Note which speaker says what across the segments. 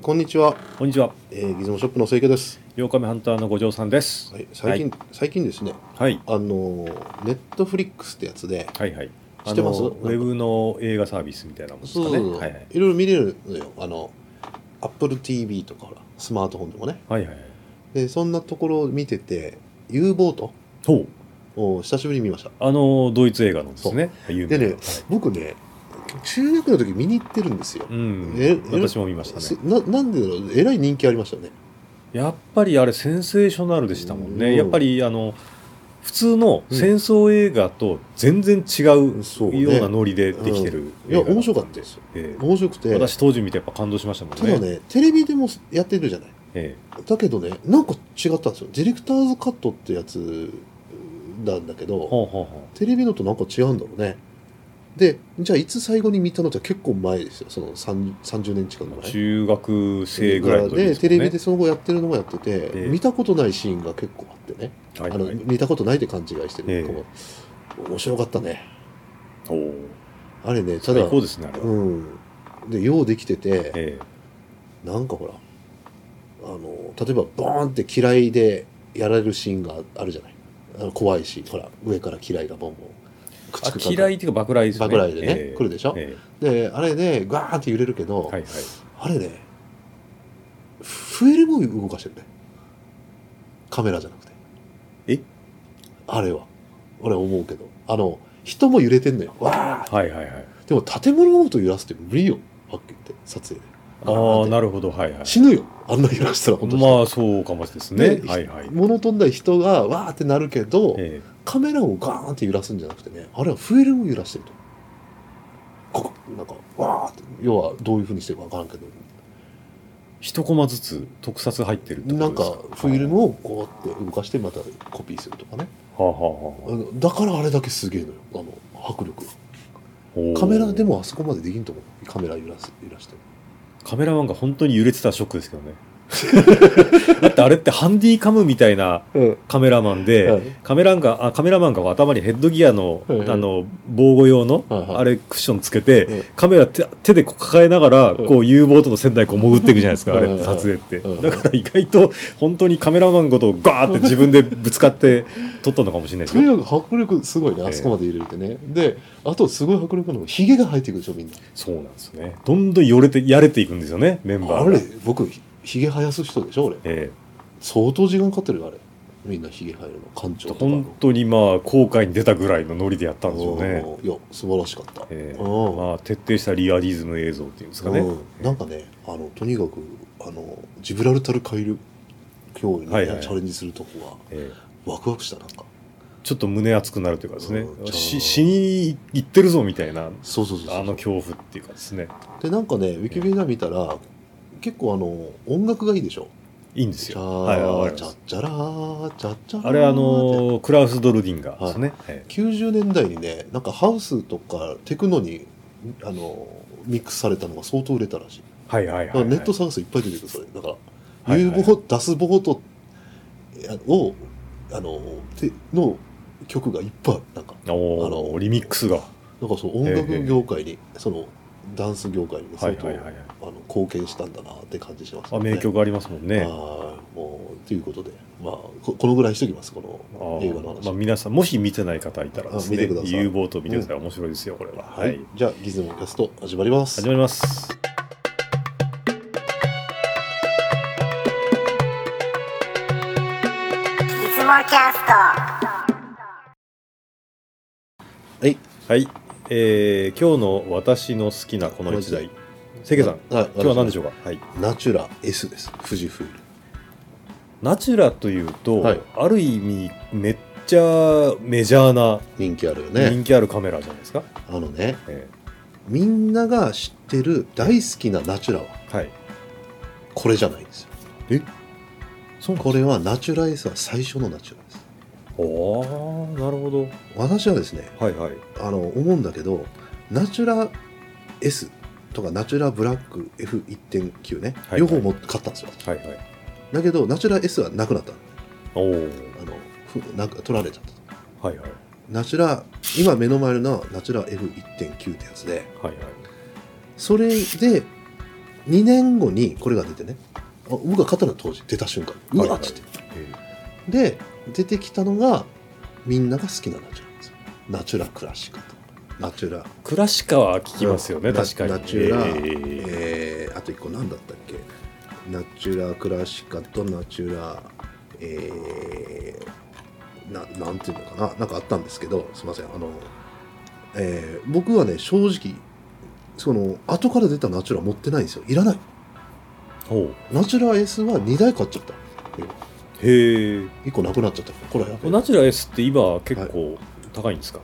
Speaker 1: こんにちは、
Speaker 2: こんにちは。
Speaker 1: えーギズモショップの清家です、
Speaker 2: 八日目ハンターの五条さんです。
Speaker 1: はい、最近、最近ですね
Speaker 2: はい。
Speaker 1: あのネットフリックスってやつで
Speaker 2: はいはい。
Speaker 1: 知ってます
Speaker 2: あのウェブの映画サービスみたいなもんです
Speaker 1: そうそ
Speaker 2: か
Speaker 1: う
Speaker 2: ね。
Speaker 1: そう、
Speaker 2: はい
Speaker 1: い
Speaker 2: はい。
Speaker 1: ろいろ見れるのよあの AppleTV とかほらスマートフォンでもね
Speaker 2: はいはい。
Speaker 1: でそんなところを見てて U ボート
Speaker 2: ほう。
Speaker 1: を久しぶりに見ました
Speaker 2: あのドイツ映画のですね。有
Speaker 1: で
Speaker 2: 名な
Speaker 1: ね、
Speaker 2: はい
Speaker 1: 僕ね中学の時見に行ってるんですよ、
Speaker 2: うん
Speaker 1: ええ。
Speaker 2: 私も見ました
Speaker 1: す
Speaker 2: ね。
Speaker 1: ななんでだろうえらい人気ありましたよね
Speaker 2: やっぱりあれセンセーショナルでしたもん
Speaker 1: うん
Speaker 2: ね。やっぱりあの。普通の戦争映画と全然違う
Speaker 1: そうね
Speaker 2: ようなノリでできてる
Speaker 1: いや
Speaker 2: 映画だたんで
Speaker 1: 面白かったですよ
Speaker 2: ええ
Speaker 1: 面白くて
Speaker 2: 私当時見てやっぱ感動しましたもんね。
Speaker 1: ただねテレビでもやってるじゃない
Speaker 2: え
Speaker 1: だけどねなんか違ったんですよディレクターズカットってやつなんだけ
Speaker 2: え
Speaker 1: ど
Speaker 2: ほうほうほ
Speaker 1: テレビのとなんか違うんだろうねでじゃあいつ最後に見たのじゃ結構前ですよその30 30年近く
Speaker 2: う。
Speaker 1: 前
Speaker 2: 中学生ぐらいの時
Speaker 1: で、
Speaker 2: すも
Speaker 1: テ
Speaker 2: んね
Speaker 1: レビでその後やってるのもやってて、
Speaker 2: ええ
Speaker 1: 見たことないシーンが結構あってね、
Speaker 2: はい
Speaker 1: あの
Speaker 2: はい
Speaker 1: 見たことないで勘違いしてる、
Speaker 2: ええ
Speaker 1: こう面白かったね
Speaker 2: おー
Speaker 1: あれねただ
Speaker 2: 最高ですねあれは。
Speaker 1: うんでようできてて、
Speaker 2: え
Speaker 1: なんかほらあの例えばボーンって嫌いでやられるシーンがあるじゃないあの怖いしほら上から嫌いがボンボン
Speaker 2: えあ嫌いっていうか爆雷ですね。
Speaker 1: 爆雷でね、
Speaker 2: ええ
Speaker 1: 来るでしょ、
Speaker 2: え
Speaker 1: であれでガーンって揺れるけど、
Speaker 2: えはいはい。
Speaker 1: あれね笛も動かしてるねカメラじゃなくて
Speaker 2: え
Speaker 1: あれは俺思うけどあの人も揺れてんのよわー
Speaker 2: はいはいはい。
Speaker 1: でも建物ごと揺らすって無理よはっきり言って撮影でガーンっ
Speaker 2: ああ、
Speaker 1: て
Speaker 2: なるほど。はいはい。
Speaker 1: 死ぬよあんな揺らしたら本当に
Speaker 2: まあ、そうかもですね。
Speaker 1: ね
Speaker 2: はいはい。
Speaker 1: 物飛んだ人がわーってなるけど、
Speaker 2: え
Speaker 1: カメラをガーンって揺らすんじゃなくてねあれはフエルを揺らしてるとここなんかわーって要はどういうふうにしてるか分からんけど
Speaker 2: え一コマずつ特撮入ってるってこ
Speaker 1: なん
Speaker 2: と
Speaker 1: か
Speaker 2: ですか。
Speaker 1: フィルムをこうやって動かしてまたコピーするとかね
Speaker 2: はあはあはあ
Speaker 1: あのだからあれだけすげえのよあの迫力
Speaker 2: おー
Speaker 1: カメラでもあそこまでできんと思うカメラ揺らす揺らして
Speaker 2: カメラマンが本当に揺れてたらショックですけどね だってあれってハンディカムみたいな
Speaker 1: うん
Speaker 2: カメラマンで、
Speaker 1: はい
Speaker 2: カメランがあカメラマンが頭にヘッドギアの,、
Speaker 1: はいはい
Speaker 2: あの防護用の、
Speaker 1: はいはい
Speaker 2: あれクッションつけて、
Speaker 1: うん
Speaker 2: カメラ手手でこう抱えながら、
Speaker 1: うん
Speaker 2: こう U ボートの船内こう潜っていくじゃないですか、
Speaker 1: はい
Speaker 2: あれ撮影って、
Speaker 1: うん
Speaker 2: だから意外と本当にカメラマンごとガーって自分でぶつかって撮ったのかもしれないです
Speaker 1: とに
Speaker 2: よ
Speaker 1: かく迫力すごいねあそこまで揺れるってね、であとすごい迫力なのがヒゲが生えてくるでしょみんな
Speaker 2: そうなんですねどんどんよれてやれていくんですよねメンバ
Speaker 1: あ
Speaker 2: ーが
Speaker 1: れ、僕ひひげ生やす人でしょ俺
Speaker 2: え
Speaker 1: 相当時間かかってるよあれみんなひげ生えるの館
Speaker 2: え
Speaker 1: 長とか
Speaker 2: 本当にまあ後悔に出たぐらいのノリでやったんでしょうね、
Speaker 1: うんいや素晴らしかった、
Speaker 2: ええ
Speaker 1: うん
Speaker 2: まあ徹底したリアリズム映像っていうんですかね、
Speaker 1: うんなんかねあのとにかくあのジブラルタル海流橋に、ね
Speaker 2: はいはい
Speaker 1: チャレンジするとこ
Speaker 2: ええ
Speaker 1: がワクワクしたなんか
Speaker 2: ちょっと胸熱くなるというかですね
Speaker 1: うん、
Speaker 2: し死に行ってるぞみたいな、
Speaker 1: そうそうそうそう
Speaker 2: あの恐怖っていうかですね、
Speaker 1: でなんかねウィキペディア見たら結構あの音楽がいいでしょ
Speaker 2: いいんです
Speaker 1: チ
Speaker 2: よ。
Speaker 1: ャ
Speaker 2: はい、
Speaker 1: ー
Speaker 2: わかり
Speaker 1: チ
Speaker 2: ま
Speaker 1: ャッ
Speaker 2: す。
Speaker 1: チャラーチャッチャラー
Speaker 2: あれ、あのークラウス・ドルディンガーですね。え
Speaker 1: 90年代にねなんかハウスとかテクノにあのミックスされたのが相当売れたらしい
Speaker 2: えはいはい
Speaker 1: だか
Speaker 2: はい、
Speaker 1: ら
Speaker 2: はい。
Speaker 1: ネット探すといっぱい出てくるそれだから
Speaker 2: はい
Speaker 1: 有
Speaker 2: はい
Speaker 1: 望出すボートをあのての曲がいっぱいあるなんか
Speaker 2: おー
Speaker 1: あの
Speaker 2: リミックスが。
Speaker 1: なんかその音楽業界に、そのダンス業界にも
Speaker 2: は
Speaker 1: 相
Speaker 2: い
Speaker 1: 当、
Speaker 2: はいはいはい。
Speaker 1: あの貢献したんだなって感じしました
Speaker 2: あ名曲ありますもん
Speaker 1: ね。
Speaker 2: ね。
Speaker 1: あーもうということで、まあ、ここのぐらいにしときますこ
Speaker 2: あ
Speaker 1: の映画の
Speaker 2: ー
Speaker 1: 話、
Speaker 2: まあ、皆さん、もし見てない方いたらです
Speaker 1: あ見て
Speaker 2: ね、
Speaker 1: ください
Speaker 2: U ボートを見てください。面白いですよ、これは。は
Speaker 1: はい
Speaker 2: い。、
Speaker 1: じゃあギズモキャスト始まります
Speaker 2: 始まります。
Speaker 1: は
Speaker 3: いつもキャスト
Speaker 1: い
Speaker 2: はい。えー、今日の私の好きなこの一台。関さん、
Speaker 1: はい
Speaker 2: 今日は何で
Speaker 1: し
Speaker 2: しょうかはい。
Speaker 1: ょうナチュラ S です富士フイル
Speaker 2: ナチュラというと、
Speaker 1: はい
Speaker 2: ある意味めっちゃメジャーな
Speaker 1: 人気あるよね
Speaker 2: 人気あるカメラじゃないですか、
Speaker 1: あのね
Speaker 2: え
Speaker 1: みんなが知ってる大好きなナチュラは
Speaker 2: えはい
Speaker 1: これじゃないんですよ
Speaker 2: そう
Speaker 1: これはナチュラ S は最初のナチュラです
Speaker 2: おーなるほど
Speaker 1: 私はですね
Speaker 2: はいはい
Speaker 1: あの思うんだけどナチュラ S とかナチュラブラック F1.9 ね、
Speaker 2: はい
Speaker 1: 両方も買ったんですよ
Speaker 2: はいはい
Speaker 1: だけどナチュラ S はなくなった
Speaker 2: おー
Speaker 1: あのふなんか取られちゃったと
Speaker 2: はいはい
Speaker 1: ナチュラ今目の前のはナチュラ F1.9 ってやつで
Speaker 2: はいはい
Speaker 1: それで2年後にこれが出てねあ僕が刀当時出た瞬間う
Speaker 2: はい
Speaker 1: わ
Speaker 2: は
Speaker 1: っ
Speaker 2: い
Speaker 1: つって、で出てきたのがみんなが好きなナチュラなんですよナチュラクラシカとかナチュラ
Speaker 2: クラシカは聞きますよね、
Speaker 1: うん
Speaker 2: 確かに。
Speaker 1: ナナチュラ
Speaker 2: え
Speaker 1: え
Speaker 2: ー
Speaker 1: ーあと1個何だったっけナチュラクラシカとナチュラえーななんていうのかななんかあったんですけどすいませんあの、えー僕はね正直その後から出たナチュラ持ってないんですよいらない
Speaker 2: ほう
Speaker 1: ナチュラ S は2台買っちゃった
Speaker 2: へえ。
Speaker 1: 1個なくなっちゃったこれやばい
Speaker 2: ナチュラ S って今結構高いんですか、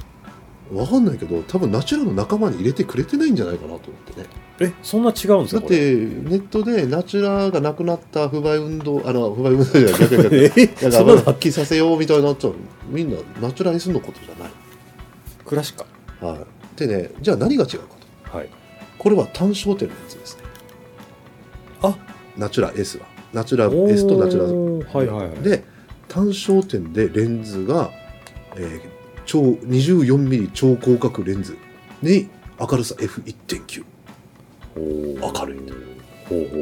Speaker 1: わかんないけど多分ナチュラの仲間に入れてくれてないんじゃないかなと思ってね
Speaker 2: え、そんな違うんです
Speaker 1: だ
Speaker 2: か
Speaker 1: っ
Speaker 2: これ
Speaker 1: てネットでナチュラがなくなった不買運動あの不買運動じゃない逆逆
Speaker 2: え
Speaker 1: だから
Speaker 2: そんな
Speaker 1: まだ
Speaker 2: の
Speaker 1: 発揮させようみたいになっちゃうみんなナチュラリスのことじゃない、
Speaker 2: クラシカ。
Speaker 1: はい、でねじゃあ何が違うかと
Speaker 2: はい。
Speaker 1: これは単焦点のやつですね
Speaker 2: あ
Speaker 1: ナチュラ S はナチュラ S とナチュ
Speaker 2: おーはいはいは
Speaker 1: ラ
Speaker 2: い。
Speaker 1: で単焦点でレンズが、えー超 24mm 超広角レンズに明るさ F1.9
Speaker 2: おー
Speaker 1: 明るいね
Speaker 2: ほうほうほ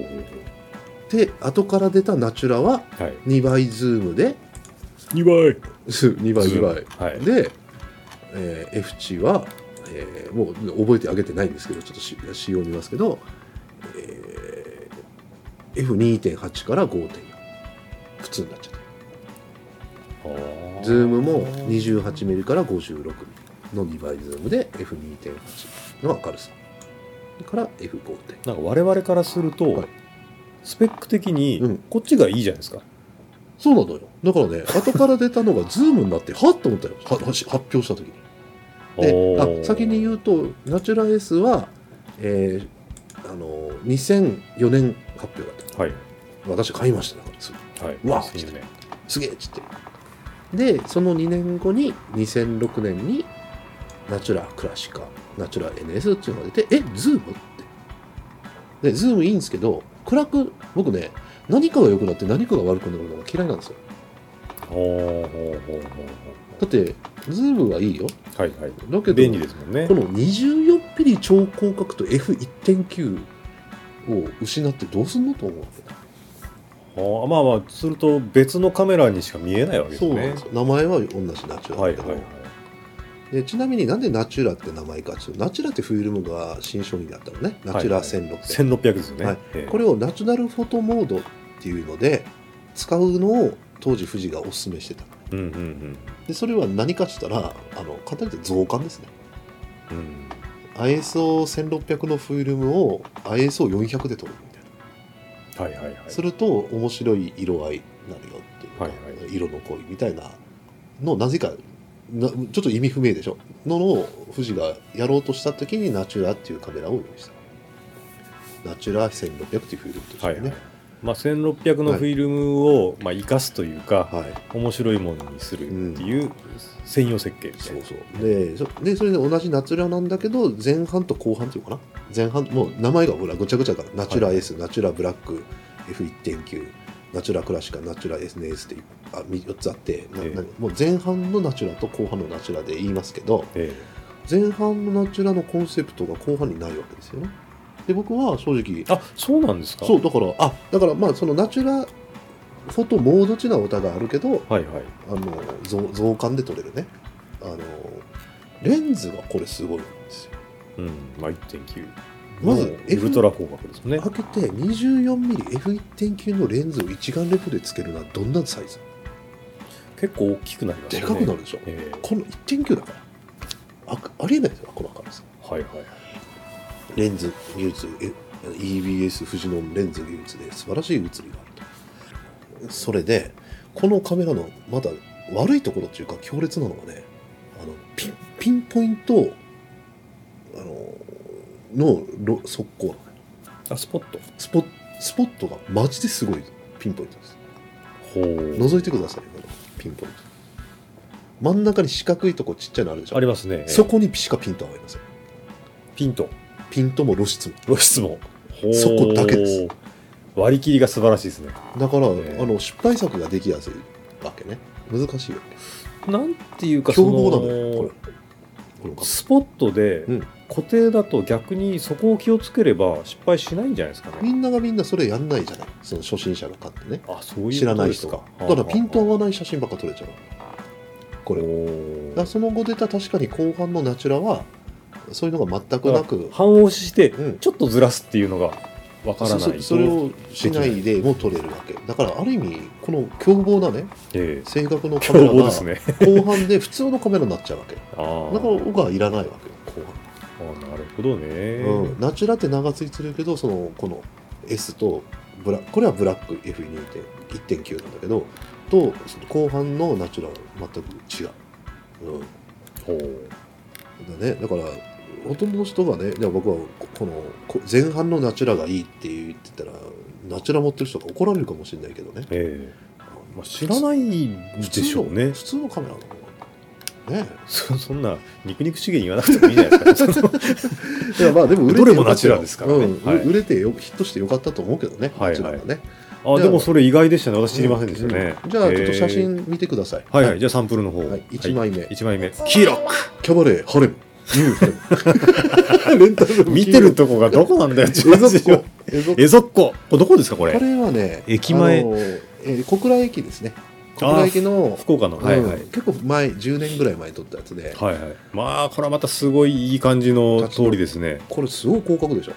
Speaker 2: う
Speaker 1: で後から出たナチュラは
Speaker 2: ほう。はい。
Speaker 1: 2倍ズームで
Speaker 2: 2倍。
Speaker 1: 2倍2倍
Speaker 2: はい。
Speaker 1: で、えー F 値は、えーもう覚えてあげてないんですけどちょっとし仕様を見ますけど、えー F2.8 から5.4普通になっちゃって
Speaker 2: あー
Speaker 1: ズームも 28mm から 56mm の2倍ズームで F2.8 の明るさから F5.
Speaker 2: なんか我々からすると、
Speaker 1: はい
Speaker 2: スペック
Speaker 1: う
Speaker 2: 的に
Speaker 1: ん
Speaker 2: こっちがいいじゃないですか、
Speaker 1: そうなのよだからね後から出たのがズームになってはっと思ったよははし発表した時に。
Speaker 2: おー
Speaker 1: であ先に言うとナチュラ S は、えーあの2004年発表だった
Speaker 2: はい
Speaker 1: 私買いましただからすぐ
Speaker 2: はいう
Speaker 1: わ
Speaker 2: ですね
Speaker 1: すげえっつってでその2年後に2006年にナチュラクラシカナチュラ NS っていうのが出てえズームってでズームいいんですけど暗く僕ね何かが良くなって何かが悪くなるのが嫌いなんですよ
Speaker 2: ほうほうほうほうほ
Speaker 1: だってズームはいいよ
Speaker 2: うはいはい
Speaker 1: だけど
Speaker 2: 便利ですもんね
Speaker 1: この24ピリ超広角と F1.9 を失ってどうすんのと思うわけ
Speaker 2: あーまあまあすると別のカメラにしか見えないわけです
Speaker 1: そう
Speaker 2: ね
Speaker 1: なんですよ名前は同じナチュラ
Speaker 2: は
Speaker 1: ル
Speaker 2: い
Speaker 1: だ
Speaker 2: は
Speaker 1: け
Speaker 2: い
Speaker 1: ど、
Speaker 2: はい
Speaker 1: でちなみになんでナチュラって名前かっていうとナチュラってフィルムが新商品だったのねナチュラ1600、
Speaker 2: 1600ですよね、
Speaker 1: はい
Speaker 2: ええ
Speaker 1: これをナチュラルフォトモードっていうので使うのを当時富士がおすすめしてた
Speaker 2: うんうん
Speaker 1: でそれは何かって言ったらあの簡単に言って増刊ですね
Speaker 2: うんうん
Speaker 1: ISO1600 のフィルムを ISO400 で撮るみたいな
Speaker 2: はいはいはい
Speaker 1: すると面白い色合いになるよっていうか、
Speaker 2: はいは
Speaker 1: 色の濃いみたいなのをなぜかなちょっと意味不明でしょのを富士がやろうとした時にナチュラっていうカメラを用意したナチュラ1600っていうフィルムとして
Speaker 2: はいは
Speaker 1: ね
Speaker 2: いまあ、1600のフィルムを、まあ、生かすというか、
Speaker 1: はい、
Speaker 2: 面白いものにするっていう専用設計みたい
Speaker 1: そう
Speaker 2: な、
Speaker 1: そうでそでそれで同じナチュラなんだけど前半と後半っていうのかな前半もう名前がほらごちゃごちゃだからナチュラ
Speaker 2: はい
Speaker 1: S、ナチュラブラック F1.9 ナチュラクラシカナチュラ SNS っていうあみ4つあって、な
Speaker 2: ええ
Speaker 1: なもう前半のナチュラと後半のナチュラで言いますけど
Speaker 2: え
Speaker 1: 前半のナチュラのコンセプトが後半にないわけですよねで僕は正直
Speaker 2: えあそうなんですか
Speaker 1: そうだからあだからまあそのナチュラフォトモード値なお互いあるけど
Speaker 2: はいはい
Speaker 1: あの増増刊で撮れるねあのレンズがこれすごいんですよ
Speaker 2: うん、まあ1.9。
Speaker 1: まず
Speaker 2: もう
Speaker 1: F-
Speaker 2: ウルトラ広角ですね。
Speaker 1: 開けて 24mmF1.9 のレンズを一眼レフでつけるのはどんなサイズ
Speaker 2: 結構大きくなります
Speaker 1: で
Speaker 2: ね。
Speaker 1: かくなるでしょ、
Speaker 2: ええ
Speaker 1: この1.9だからあありえないですよこの明るさ
Speaker 2: はいはい。
Speaker 1: レンズ技術え EBS 富士のレンズ技術で素晴らしい写りがあるとそれでこのカメラのまだ悪いところっていうか強烈なのがねあのピンピンポイントあののろ速攻なのね
Speaker 2: あ、スポット。
Speaker 1: スポスポットがマジですごいピンポイントです
Speaker 2: ほう。
Speaker 1: 覗いてくださいあのピンポイント真ん中に四角いとこちっちゃいのあるでしょ
Speaker 2: ありますね。
Speaker 1: そこにしかピントは合いません
Speaker 2: ピント。
Speaker 1: ピントも露出も
Speaker 2: 露出も。ほう
Speaker 1: そこだけです。
Speaker 2: 割り切りが素晴らしいですね。
Speaker 1: だから、
Speaker 2: ええ
Speaker 1: あの失敗作ができやすいわけね難しいよね
Speaker 2: なんていうか、
Speaker 1: 凶暴なの
Speaker 2: そ
Speaker 1: よ
Speaker 2: の
Speaker 1: ここの画面
Speaker 2: スポットで
Speaker 1: うん
Speaker 2: 固定だと逆にそこを気をつければ失敗しないんじゃないですかね。
Speaker 1: みんながみんなそれやんないじゃないその初心者の方ってね
Speaker 2: あそういうこと
Speaker 1: 知らない
Speaker 2: です
Speaker 1: 人
Speaker 2: か
Speaker 1: が。だからピント合わない写真ばっか撮れちゃうこ
Speaker 2: こ
Speaker 1: れ
Speaker 2: れ
Speaker 1: をだからその後出た確かに後半のナチュラはそういうのが全くなく
Speaker 2: 半押しして
Speaker 1: うん
Speaker 2: ちょっとずらすっていうのがわから
Speaker 1: そ
Speaker 2: ない
Speaker 1: そそれをしないでも撮れるわけだからある意味この凶暴なね
Speaker 2: ええ
Speaker 1: 性格のカメ
Speaker 2: 凶
Speaker 1: ラ
Speaker 2: 暴
Speaker 1: が
Speaker 2: ですね。
Speaker 1: 後半で普通のカメラになっちゃうわけだか
Speaker 2: あー
Speaker 1: ら僕はいらないわけよ後
Speaker 2: あーなるほどね。
Speaker 1: 半、うん、ナチュラって長ついてるけどそのこの S とブラこれはブラック F2.1.9 なんだけどとその後半のナチュラは全く違う、うん、
Speaker 2: ほう
Speaker 1: だねだからほとんどの人がねじゃあ僕はここのこ前半のナチュラがいいって言ってたらナチュラ持ってる人が怒られるかもしれないけどね、
Speaker 2: ええまあ、知らないでしょうね
Speaker 1: 普。通のカメラの方がね
Speaker 2: そ そんな肉肉しげに言わなくてもいいじゃないです か。その
Speaker 1: いやまあでも
Speaker 2: 売れてよかったよどれもナチュラですからねはい
Speaker 1: 売れてよヒットしてよかったと思うけどね、
Speaker 2: はいはい
Speaker 1: ナチュラがね
Speaker 2: あでもそれ意外でしたね。私知りませんでしたね。
Speaker 1: うんじゃあちょっと写
Speaker 2: え
Speaker 1: 真見てください、
Speaker 2: えはいはい。じゃあサンプルの方。
Speaker 1: はい1枚目、
Speaker 2: 一枚目。
Speaker 3: 黄色く
Speaker 1: キャバレーハレ ムレンタル
Speaker 2: 見てるとこがどこ なんだよ。
Speaker 1: 江戸っ子江戸っ子
Speaker 2: えぞっこ。これどこですかこ
Speaker 1: こ
Speaker 2: れ。
Speaker 1: れはね
Speaker 2: 駅前
Speaker 1: あのえー小倉駅ですね小倉駅の
Speaker 2: 福岡の。はいはい
Speaker 1: うん。結構前10年ぐらい前に撮ったやつで、
Speaker 2: はいはい。まあこれはまたすごいいい感じの通りですね。
Speaker 1: これすごい広角でしょ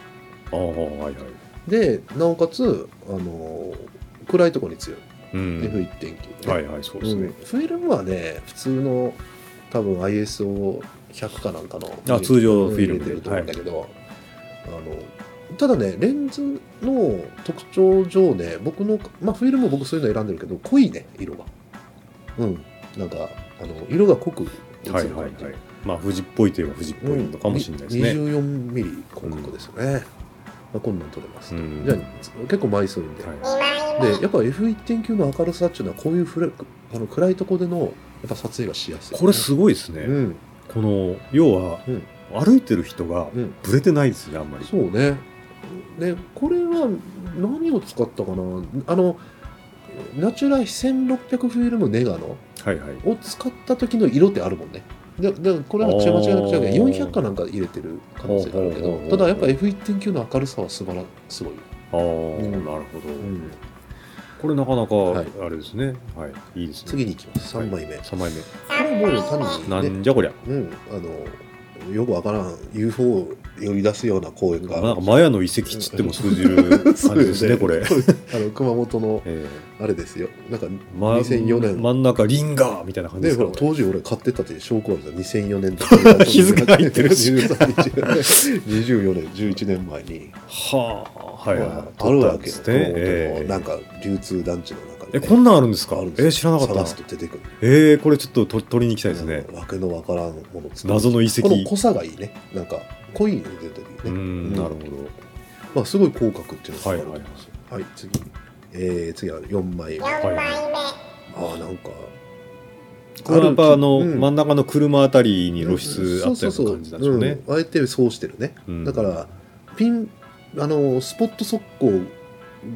Speaker 2: ああはいはい。
Speaker 1: でなおかつ、あのー暗いところに強い、
Speaker 2: うん。
Speaker 1: F1.9 ね、
Speaker 2: はいはいそう
Speaker 1: う
Speaker 2: です
Speaker 1: ん
Speaker 2: ね。
Speaker 1: フィルムはね普通の多分 ISO100 かなんかの
Speaker 2: あ通常フィル
Speaker 1: 入
Speaker 2: ム
Speaker 1: れ
Speaker 2: で
Speaker 1: てると思うんだけど、あのただねレンズの特徴上ね僕の、まあ、フィルム僕そういうの選んでるけど濃いね色がうんなんかあの色が濃く映る
Speaker 2: はいはいはい。まあ富士っぽいといえば富士っぽいのかもしれないですね。
Speaker 1: 24ミリ広角ですよね、まあ、こんなん撮れます、
Speaker 2: うん
Speaker 1: じゃあ結構枚数いいんで、
Speaker 2: はい
Speaker 3: 2枚目
Speaker 1: でやっぱ F1.9 の明るさっていうのはこういうフレあの暗いとこでのやっぱ撮影がしやすい、
Speaker 2: これすごいです
Speaker 1: ご
Speaker 2: ね。
Speaker 1: うん
Speaker 2: この要は、
Speaker 1: うん
Speaker 2: 歩いてる人が
Speaker 1: うん
Speaker 2: ブレてないですねあんまり。
Speaker 1: そうねでこれは何を使ったかなあのナチュラ1600フィルムネガの
Speaker 2: はいはい。
Speaker 1: を使った時の色ってあるもんねででこれは違う違う違う違う400かなんか入れてる可能性があるけ
Speaker 2: ほう
Speaker 1: ど
Speaker 2: ほうほうほ
Speaker 1: た
Speaker 2: う
Speaker 1: だやっぱ F1.9 の明るさは素晴らすごい、
Speaker 2: ああ、
Speaker 1: ん
Speaker 2: なるほど。
Speaker 1: うん
Speaker 2: これなかな
Speaker 1: はい
Speaker 2: かあれですね。はい。い、いですね。
Speaker 1: 次に行きます3枚目、
Speaker 2: 三枚目。
Speaker 1: これもう
Speaker 2: な
Speaker 1: 単に、ね
Speaker 2: んじゃこりゃ。
Speaker 1: うん、あのよくわからん UFO を呼び出すような公園が
Speaker 2: なんかマヤの遺跡っつっても通じる 感じですねこれ。
Speaker 1: あの熊本の
Speaker 2: え
Speaker 1: あれですよなんか
Speaker 2: えま
Speaker 1: 2004年
Speaker 2: 真ん中リンガーみたいな感じ
Speaker 1: で
Speaker 2: です
Speaker 1: ほ
Speaker 2: からこれ
Speaker 1: 当時俺買ってたって証拠あるじゃん2004年 と
Speaker 2: 日付入ってるし
Speaker 1: 24年11年 前に、
Speaker 2: はあはいはい。
Speaker 1: あるわけよ
Speaker 2: 撮ったんですね
Speaker 1: 熊本の
Speaker 2: え
Speaker 1: なんか流通団地の中に、
Speaker 2: ええこんなんあるんですか
Speaker 1: あるん。ですよ
Speaker 2: え知らなかった
Speaker 1: 探。すと出てくる
Speaker 2: ええこれちょっとと取りに行きたいですね。
Speaker 1: わけのわからんもの作る
Speaker 2: 謎の遺跡
Speaker 1: こ。の濃さがいいねなんか濃いの出てるよね、
Speaker 2: うんなるほど。
Speaker 1: まあ、すごい広角っていうのがあると思い
Speaker 2: はい
Speaker 1: ます。はい、次。えー、次は4枚目。あ
Speaker 3: 4枚目
Speaker 1: あ、なんか。
Speaker 2: これはやっぱあの、
Speaker 1: うん
Speaker 2: 真ん中の車あたりに露出あったような感じなんでしょう
Speaker 1: そうそ。うそ
Speaker 2: ね
Speaker 1: ううんあえてそうしてるね。
Speaker 2: うん
Speaker 1: だから、ピン、あの、スポット速攻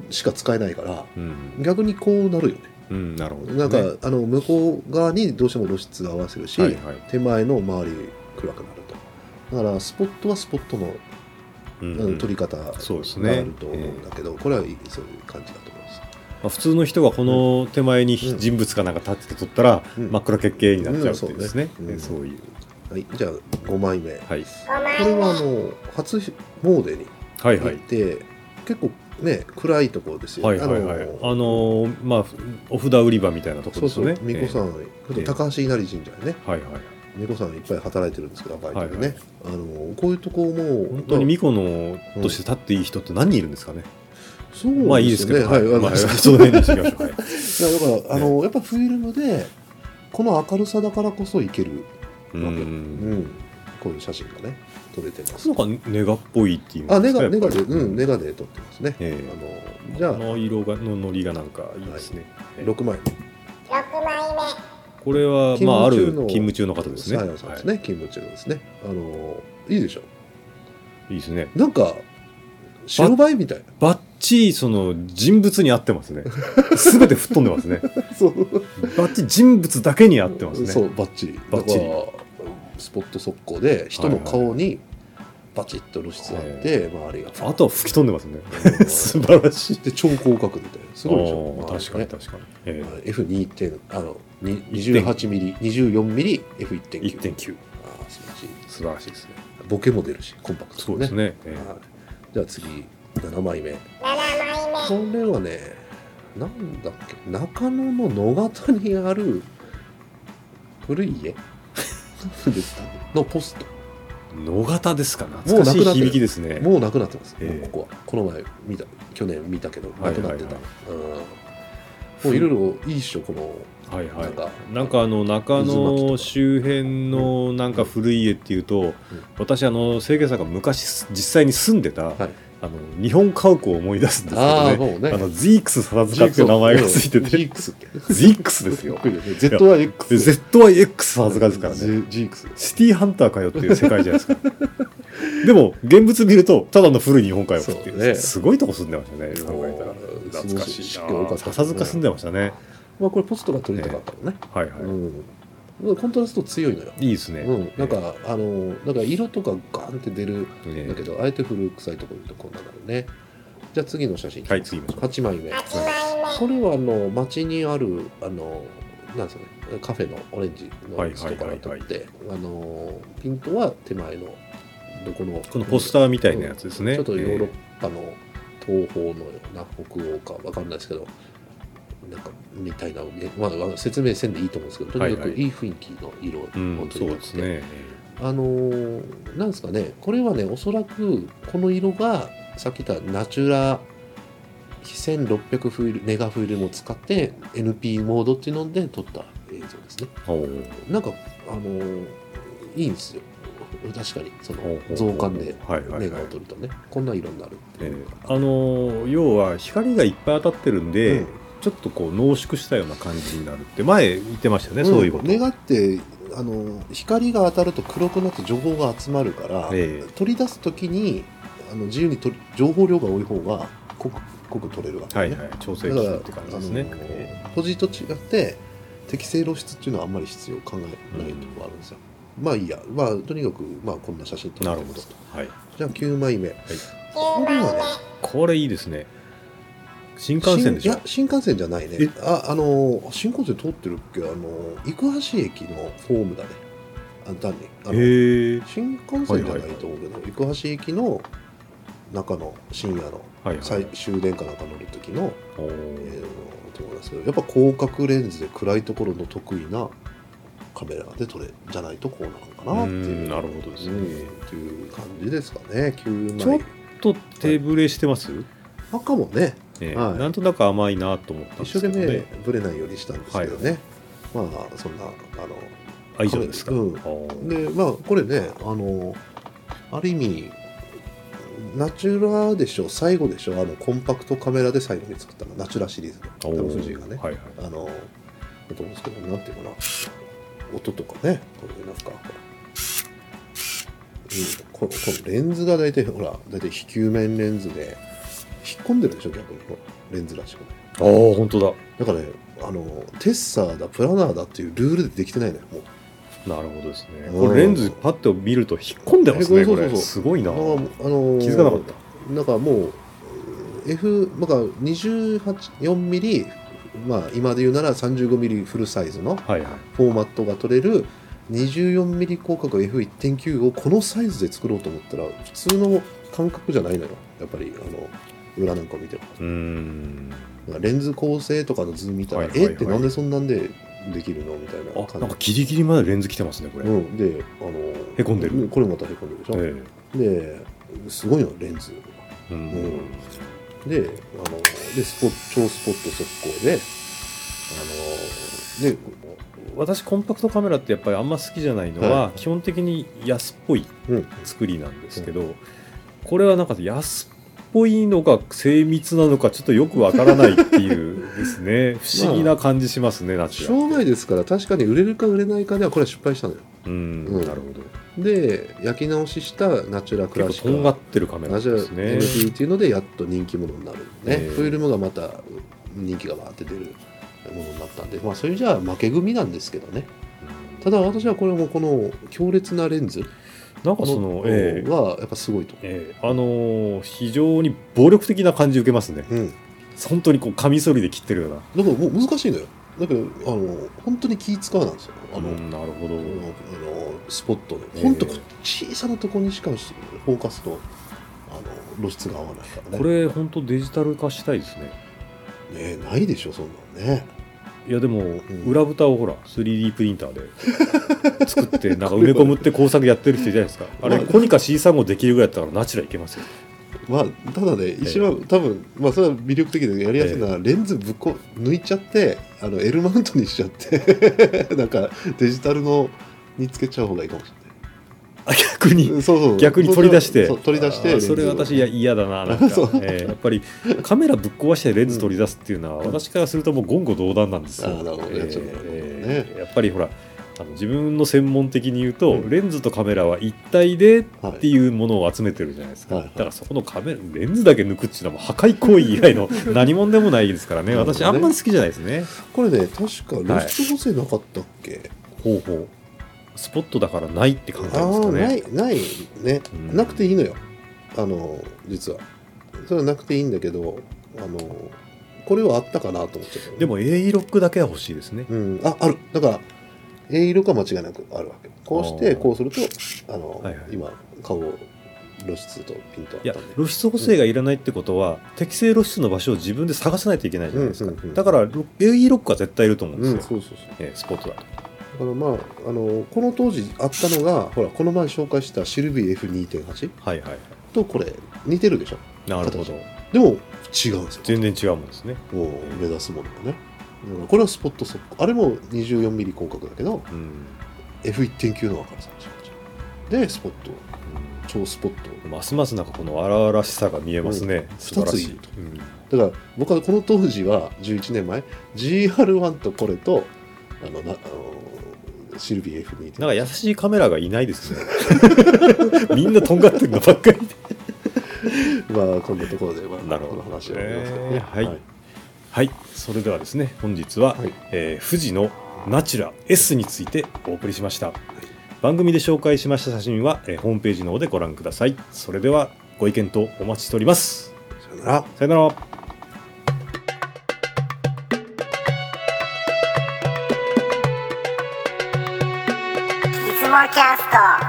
Speaker 1: しか使えないから、
Speaker 2: うん、
Speaker 1: 逆にこうなるよね。
Speaker 2: うん、なるほど、
Speaker 1: なんか、
Speaker 2: ね
Speaker 1: あの、向こう側にどうしても露出を合わせるし、
Speaker 2: はいはい、
Speaker 1: 手前の周り暗くなると。だから、スポットはスポットの、
Speaker 2: うん
Speaker 1: う
Speaker 2: うん
Speaker 1: ん、取り方があると
Speaker 2: そうです
Speaker 1: 思
Speaker 2: ね
Speaker 1: うんだけど、これはいいそういう感じだと思います。
Speaker 2: まあ、普通の人がこの手前に
Speaker 1: うん
Speaker 2: 人物かなんか立ってて撮ったら、
Speaker 1: うん
Speaker 2: 真っ暗血形になっちゃうっていうですね,、
Speaker 1: うんそうね
Speaker 2: ね
Speaker 1: うん
Speaker 2: そういう
Speaker 1: はい、じゃあ5枚目、
Speaker 2: はい
Speaker 3: 5
Speaker 1: これ
Speaker 3: 枚目
Speaker 1: はあの初詣に
Speaker 2: はいは
Speaker 1: 行っ
Speaker 2: い
Speaker 1: て、結構ね暗いところですよ、
Speaker 2: はいはいはいあの
Speaker 1: あの
Speaker 2: ーまあお札売り場みたいなとこ
Speaker 1: そ
Speaker 2: ろ
Speaker 1: う
Speaker 2: です
Speaker 1: そ
Speaker 2: よ
Speaker 1: う
Speaker 2: ね
Speaker 1: 巫女さん、
Speaker 2: ええ
Speaker 1: 高橋稲荷神社ね
Speaker 2: えーはいはい
Speaker 1: 巫女さんいっぱい働いてるんですけど赤いとこ
Speaker 2: はいは
Speaker 1: ね、あのこういうとこも
Speaker 2: 本当に
Speaker 1: まあ
Speaker 2: 巫女のとして立っていい人って何人いるんですかね、
Speaker 1: そう
Speaker 2: まあいいですけど、
Speaker 1: ねはい、
Speaker 2: ま
Speaker 1: あ
Speaker 2: あ、
Speaker 1: の
Speaker 2: その辺にしてきましょ う、はい、
Speaker 1: だからあのやっぱフィルムでこの明るさだからこそいける、
Speaker 2: う
Speaker 1: うんん、こういう写真がね撮れてます
Speaker 2: なんかネガっぽいっていうん
Speaker 1: あネ
Speaker 2: ですか
Speaker 1: ガ
Speaker 2: やっぱ
Speaker 1: ネ
Speaker 2: り
Speaker 1: ガで、うん、ネガで撮ってますね、
Speaker 2: え
Speaker 1: あのじゃ
Speaker 2: こ
Speaker 1: あ
Speaker 2: の色がのノリがなんかいいですね、ええ
Speaker 1: 6枚
Speaker 3: 6枚目
Speaker 2: これは
Speaker 1: 勤務中の
Speaker 2: まあある勤務中の方ですね。
Speaker 1: サイヤさんですね、勤務中ですね。あのーいいでしょ。
Speaker 2: はい、いいですね。
Speaker 1: なんか白バイみたい
Speaker 2: バッチリその人物に合っ てますね。すべて吹っ飛んでますね。
Speaker 1: な。そう。
Speaker 2: バッチリ人物だけに合ってますね。
Speaker 1: そうバッチリ。
Speaker 2: バッチリ
Speaker 1: だからスポット速攻で人の顔にバチッと露出あって、周りが
Speaker 2: あとは吹き飛んでますね 素
Speaker 1: で
Speaker 2: 晴らしい
Speaker 1: 超広角みたいなすごいでしょ
Speaker 2: あー確かに確かに、え
Speaker 1: あれ F2. 点あのに28ミリ24ミリ F1.9
Speaker 2: え1.9
Speaker 1: ああ素晴らしい
Speaker 2: 素晴らしい
Speaker 1: ですねボケも出るしコンパクト
Speaker 2: そうですねええ
Speaker 1: はい、じゃあ次7枚目こ
Speaker 3: 7枚目
Speaker 1: れはねなんだっけ中野の野方にある古い家 何でしたのポスト
Speaker 2: 野方ですか懐かしい響きですね
Speaker 1: もうなくなってます、
Speaker 2: ええ
Speaker 1: もうここはこの前見た去年見たけどなくなってた、
Speaker 2: は
Speaker 1: うんもういろいろいいっしょこの
Speaker 2: はいは
Speaker 1: なん
Speaker 2: い
Speaker 1: か、
Speaker 2: なんかあの
Speaker 1: 渦
Speaker 2: 中
Speaker 1: 巻きと
Speaker 2: 野
Speaker 1: か
Speaker 2: 周辺のなんか古い家っていうと、私あの清家さんが昔す実際に住んでた、
Speaker 1: はい
Speaker 2: あの日本家屋を思い出すんですけど
Speaker 1: ああ
Speaker 2: ね
Speaker 1: もうね
Speaker 2: あの ZX 定塚っていう名前がついて
Speaker 1: ジ
Speaker 2: て
Speaker 1: ークスって
Speaker 2: ZX ですよ
Speaker 1: びっくりだね ZYX
Speaker 2: で ZYX 定塚ですからね
Speaker 1: ジジークス
Speaker 2: シティハンターかよっていう世界じゃないですかでも現物見るとただの古い日本家屋っていう
Speaker 1: そうね
Speaker 2: すごいとこ住んでましたね考えたら
Speaker 1: うん
Speaker 2: 懐かしい
Speaker 1: すごい湿気多か
Speaker 2: な
Speaker 1: った
Speaker 2: 笹塚住んでましたね
Speaker 1: まあこれポストが取りたかったのね、
Speaker 2: はいはい、
Speaker 1: うん、コントラスト強いのよ、
Speaker 2: いいですね、
Speaker 1: うん、なんか、あのなんか色とかガンって出る
Speaker 2: ね
Speaker 1: んだけど、あえて古臭いところとこんなのねじゃあ次の写真
Speaker 2: はい次行きまし
Speaker 1: 8
Speaker 2: ょ
Speaker 1: 枚目
Speaker 3: 8枚目
Speaker 1: これはあの町にあるあのなんですかねカフェのオレンジの
Speaker 2: はい
Speaker 1: 椅子とから撮
Speaker 2: はいはいは
Speaker 1: っ
Speaker 2: い
Speaker 1: てあのピントは手前のどこの
Speaker 2: このポスターみたいなやつですね、
Speaker 1: ちょっとヨーロッ
Speaker 2: え
Speaker 1: パの東方のような北欧かわかんないですけど、なんかみたいな、ねまあまあ、説明せんでいいと思うんですけど、とにか
Speaker 2: はい
Speaker 1: く
Speaker 2: はい
Speaker 1: いい雰囲気の色を
Speaker 2: えう
Speaker 1: 取
Speaker 2: ん、
Speaker 1: り
Speaker 2: そう
Speaker 1: 入れ
Speaker 2: です
Speaker 1: て、
Speaker 2: ねえ
Speaker 1: あのーなんですかね、これはね、おそらくこの色がさっき言ったナチュラ1600フイルネガフィルムを使って NP モードっていうので撮った映像ですね。
Speaker 2: えほう
Speaker 1: なんか、あのーいいんですよ。確かに、そ
Speaker 2: ほうほうほ
Speaker 1: の
Speaker 2: う
Speaker 1: 増刊で
Speaker 2: はいはいはい
Speaker 1: ネガを撮るとね、こんな色になるってい
Speaker 2: え
Speaker 1: う
Speaker 2: えあのー要は光がいっぱい当たってるんで、
Speaker 1: うん
Speaker 2: ちょっとこう濃縮したような感じになるって前言ってましたよね、
Speaker 1: ん
Speaker 2: そういうこと、
Speaker 1: 願ってあの光が当たると黒くなって情報が集まるから、
Speaker 2: え
Speaker 1: 取り出す時にあの自由に取り情報量が多い方が濃く濃く取れるわけ
Speaker 2: えはい
Speaker 1: ね、
Speaker 2: はい調整
Speaker 1: だ
Speaker 2: 機
Speaker 1: か
Speaker 2: 能
Speaker 1: ら
Speaker 2: って感じですね、
Speaker 1: あの
Speaker 2: え
Speaker 1: ポジと違って適正露出っていうのはあんまり必要考えないところあるんですよ、まあいいやまあとにかく、まあ、こんな写真
Speaker 2: え
Speaker 1: 撮っ
Speaker 2: なる
Speaker 1: て
Speaker 2: ほど
Speaker 1: すと、
Speaker 2: はい、
Speaker 1: じゃあ9枚目
Speaker 3: 9枚目
Speaker 2: これいいですね新幹線でし
Speaker 1: 新い
Speaker 2: ょ
Speaker 1: や新幹線じゃないね
Speaker 2: え
Speaker 1: ああの新幹線通ってるっけあの生橋駅のホームだねあ単にあの
Speaker 2: へえ
Speaker 1: 新幹線じゃないと思うけど、行橋駅の中の深夜の
Speaker 2: はいは
Speaker 1: 最
Speaker 2: い
Speaker 1: 終電かなんか乗る時の、
Speaker 2: お
Speaker 1: え
Speaker 2: ー
Speaker 1: ーと思いますけどやっぱ広角レンズで暗いところの得意なカメラで撮れじゃないとこうなのかなっていう
Speaker 2: うんなるほどですね
Speaker 1: うんっていう感じですかね9
Speaker 2: ちょ
Speaker 1: 枚
Speaker 2: っと手ぶれしてます、
Speaker 1: 赤もね
Speaker 2: ええ
Speaker 1: はい
Speaker 2: なんとなく甘いなと思ったんで
Speaker 1: 一
Speaker 2: す
Speaker 1: 生
Speaker 2: け
Speaker 1: 懸
Speaker 2: ど
Speaker 1: 命
Speaker 2: ね
Speaker 1: ブレないようにしたんですけどね、まあそんなあの
Speaker 2: あ以上ですか、
Speaker 1: うん
Speaker 2: あー
Speaker 1: でまあこれねあのある意味ナチュラでしょ最後でしょあのコンパクトカメラで最後に作ったのナチュラシリーズの
Speaker 2: おー
Speaker 1: 多分藤井がね、
Speaker 2: はいはい
Speaker 1: あのだと思うんですけどなんていうかな音とかねこれなんか、うん、ここのレンズが大体ほら大体非球面レンズで引っ込んでるでしょ逆にほらレンズらしくない
Speaker 2: あー本当だ
Speaker 1: だからねあのテッサーだプラナーだっていうルールでできてないのよもう
Speaker 2: なるほどですね。
Speaker 1: うん
Speaker 2: これレンズパッと見ると引っ込んでますね、
Speaker 1: そう
Speaker 2: こ
Speaker 1: そうそう
Speaker 2: れ。すごいな。
Speaker 1: あの
Speaker 2: 気づかなかった。
Speaker 1: なんかもうえー F なんか284ミリまあ今で言うなら35ミリフルサイズの
Speaker 2: はいはい。
Speaker 1: フォーマットが取れる24ミリ広角 F1.9 をこのサイズで作ろうと思ったら普通の感覚じゃないのよやっぱりあの裏なんか見ても
Speaker 2: うーん。
Speaker 1: なんかレンズ構成とかの図見たら、
Speaker 2: はいはいはい
Speaker 1: えってなんでそんなんでできるのみたいな
Speaker 2: あ、
Speaker 1: 感じ
Speaker 2: なんかギリギリまでレンズ来てますね、これ。
Speaker 1: うん、であの
Speaker 2: へこんでる
Speaker 1: うこれまたへこんでるでしょ、
Speaker 2: え
Speaker 1: ですごいのレンズ
Speaker 2: えうん
Speaker 1: うんであのでスポ超スポット速攻であので
Speaker 2: 私、コンパクトカメラってやっぱりあんま好きじゃないのは、基本的に安っぽい
Speaker 1: うん
Speaker 2: 作りなんですけど、これはなんか安っぽいのか精密なのかちょっとよくわからないっていうです ね不思議な感じしますね、ナチュラル
Speaker 1: 商売ですから確かに売れるか売れないかではこれは失敗したのよ
Speaker 2: うん、
Speaker 1: うん
Speaker 2: なるほど
Speaker 1: で焼き直ししたナチュラクラシ
Speaker 2: 結
Speaker 1: カ
Speaker 2: 構とんがってるカメラ
Speaker 1: ナ
Speaker 2: で
Speaker 1: チュラ
Speaker 2: すね
Speaker 1: NP っていうのでやっと人気者になるね、
Speaker 2: ええ
Speaker 1: フィルムがまた人気がわーって出るものになったんでまあそれじゃあ負け組なんですけどね
Speaker 2: うん
Speaker 1: ただ私はこれもこの強烈なレンズ
Speaker 2: なんかそ
Speaker 1: の、
Speaker 2: のええ
Speaker 1: はやっぱすごいと思
Speaker 2: ええあのー非常に暴力的な感じ受けますね
Speaker 1: う、うん、だ
Speaker 2: 本当にこうカミソリで切ってるような
Speaker 1: からもう難しいのよだけどあの本当に気使わないんですよあの、
Speaker 2: うんなるほど、
Speaker 1: あのあのスポットで、
Speaker 2: ええ
Speaker 1: ほんとこう小さなとこにしかフォーカスとあの露出が合わないからね
Speaker 2: これ本当デジタル化したいです
Speaker 1: ね
Speaker 2: ね
Speaker 1: ないでしょそんなのね
Speaker 2: いやでも、
Speaker 1: ん
Speaker 2: 裏蓋をほら 3D プリンターで 作ってなんか埋め込むって工作やってる人いるじゃないですかあれ
Speaker 1: まあ
Speaker 2: コニカ C35 できるぐらいだったらナチュラいけ ますよ
Speaker 1: まあただね一番、多分まあそれは魅力的でやりやすいのは、レンズぶっこ抜いちゃってあの L マウントにしちゃって なんかデジタルのにつけちゃう方がいいかもし
Speaker 2: あ逆
Speaker 1: れない、
Speaker 2: に
Speaker 1: うんそうそう
Speaker 2: 逆に取り出して
Speaker 1: そう取り出して
Speaker 2: あーそれ私いや嫌だななん か
Speaker 1: そう、
Speaker 2: えーやっぱりカメラぶっ壊してレンズ取り出すっていうのは、私からするともう言語道断なんですよ、
Speaker 1: あーなるほどね
Speaker 2: えー
Speaker 1: ちょっとなるほどね
Speaker 2: えーやっぱりほらあの自分の専門的に言うと、
Speaker 1: うん
Speaker 2: レンズとカメラは一体でっ
Speaker 1: はい
Speaker 2: ていうものを集めてるじゃないですか、
Speaker 1: はいはい
Speaker 2: だからそこのカメラレンズだけ抜くっていうのはもう破壊行為以 外の何もんでもないですから
Speaker 1: な
Speaker 2: ね
Speaker 1: るほど
Speaker 2: 私
Speaker 1: ね
Speaker 2: あんまり好きじゃないですね
Speaker 1: これね確か露出補正なかったっけ、
Speaker 2: ほうほうスポットだからないって考
Speaker 1: あ
Speaker 2: えですか
Speaker 1: あ
Speaker 2: ね
Speaker 1: ないないね、
Speaker 2: うん
Speaker 1: なくていいのよあの実はそれはなくていいんだけどあのこれはあったかなと思っちゃった、
Speaker 2: で、も A ロックだけは欲しいですね
Speaker 1: うん、ああるだから A 色か間違いなくあるわけこうして
Speaker 2: あー
Speaker 1: こうするとあの、
Speaker 2: はいはい
Speaker 1: 今顔露出とピント
Speaker 2: い
Speaker 1: あっ
Speaker 2: や
Speaker 1: たんで
Speaker 2: 露出補正がいらないってことは、適正露出の場所を自分で探さないといけないじゃないですか、
Speaker 1: うんうんうん
Speaker 2: だから AE ロックは絶対いると思うんです
Speaker 1: う
Speaker 2: よ、
Speaker 1: ん、そうそうそう
Speaker 2: ええスポットだと
Speaker 1: だからまああのこの当時あったのがほらこの前紹介したシルビー F2.8
Speaker 2: はいはいはい
Speaker 1: とこれ似てるでしょ
Speaker 2: なるほど
Speaker 1: でも違うんですよ
Speaker 2: 全然違うもんですね
Speaker 1: もう目指すものがねだからこれはスポット速攻あれも 24mm 広角だけど
Speaker 2: うん、うん
Speaker 1: F1.9 の明るさにしましたでスポット超スポッ
Speaker 2: ますますなんかこの荒々しさが見えますね、
Speaker 1: うん
Speaker 2: 素晴らし
Speaker 1: 二つい
Speaker 2: い
Speaker 1: ると
Speaker 2: うん
Speaker 1: トだから僕はこの当時は11年前 GR1 とこれとあのなあのシルビー F2
Speaker 2: なんか優しいカメラがいないですね みんなとんがってるのばっかりで
Speaker 1: まあこんなところで、まあ、
Speaker 2: なるほど
Speaker 1: この話を終わりますけどね
Speaker 2: ねはいはいそれではですね本日は、
Speaker 1: はい
Speaker 2: えー富士のナチュラ S についてお送りしました番組で紹介しました写真は、えーホームページの方でご覧くださいそれではご意見とお待ちしております
Speaker 1: さよなら
Speaker 2: さよなら
Speaker 3: いつもキャスト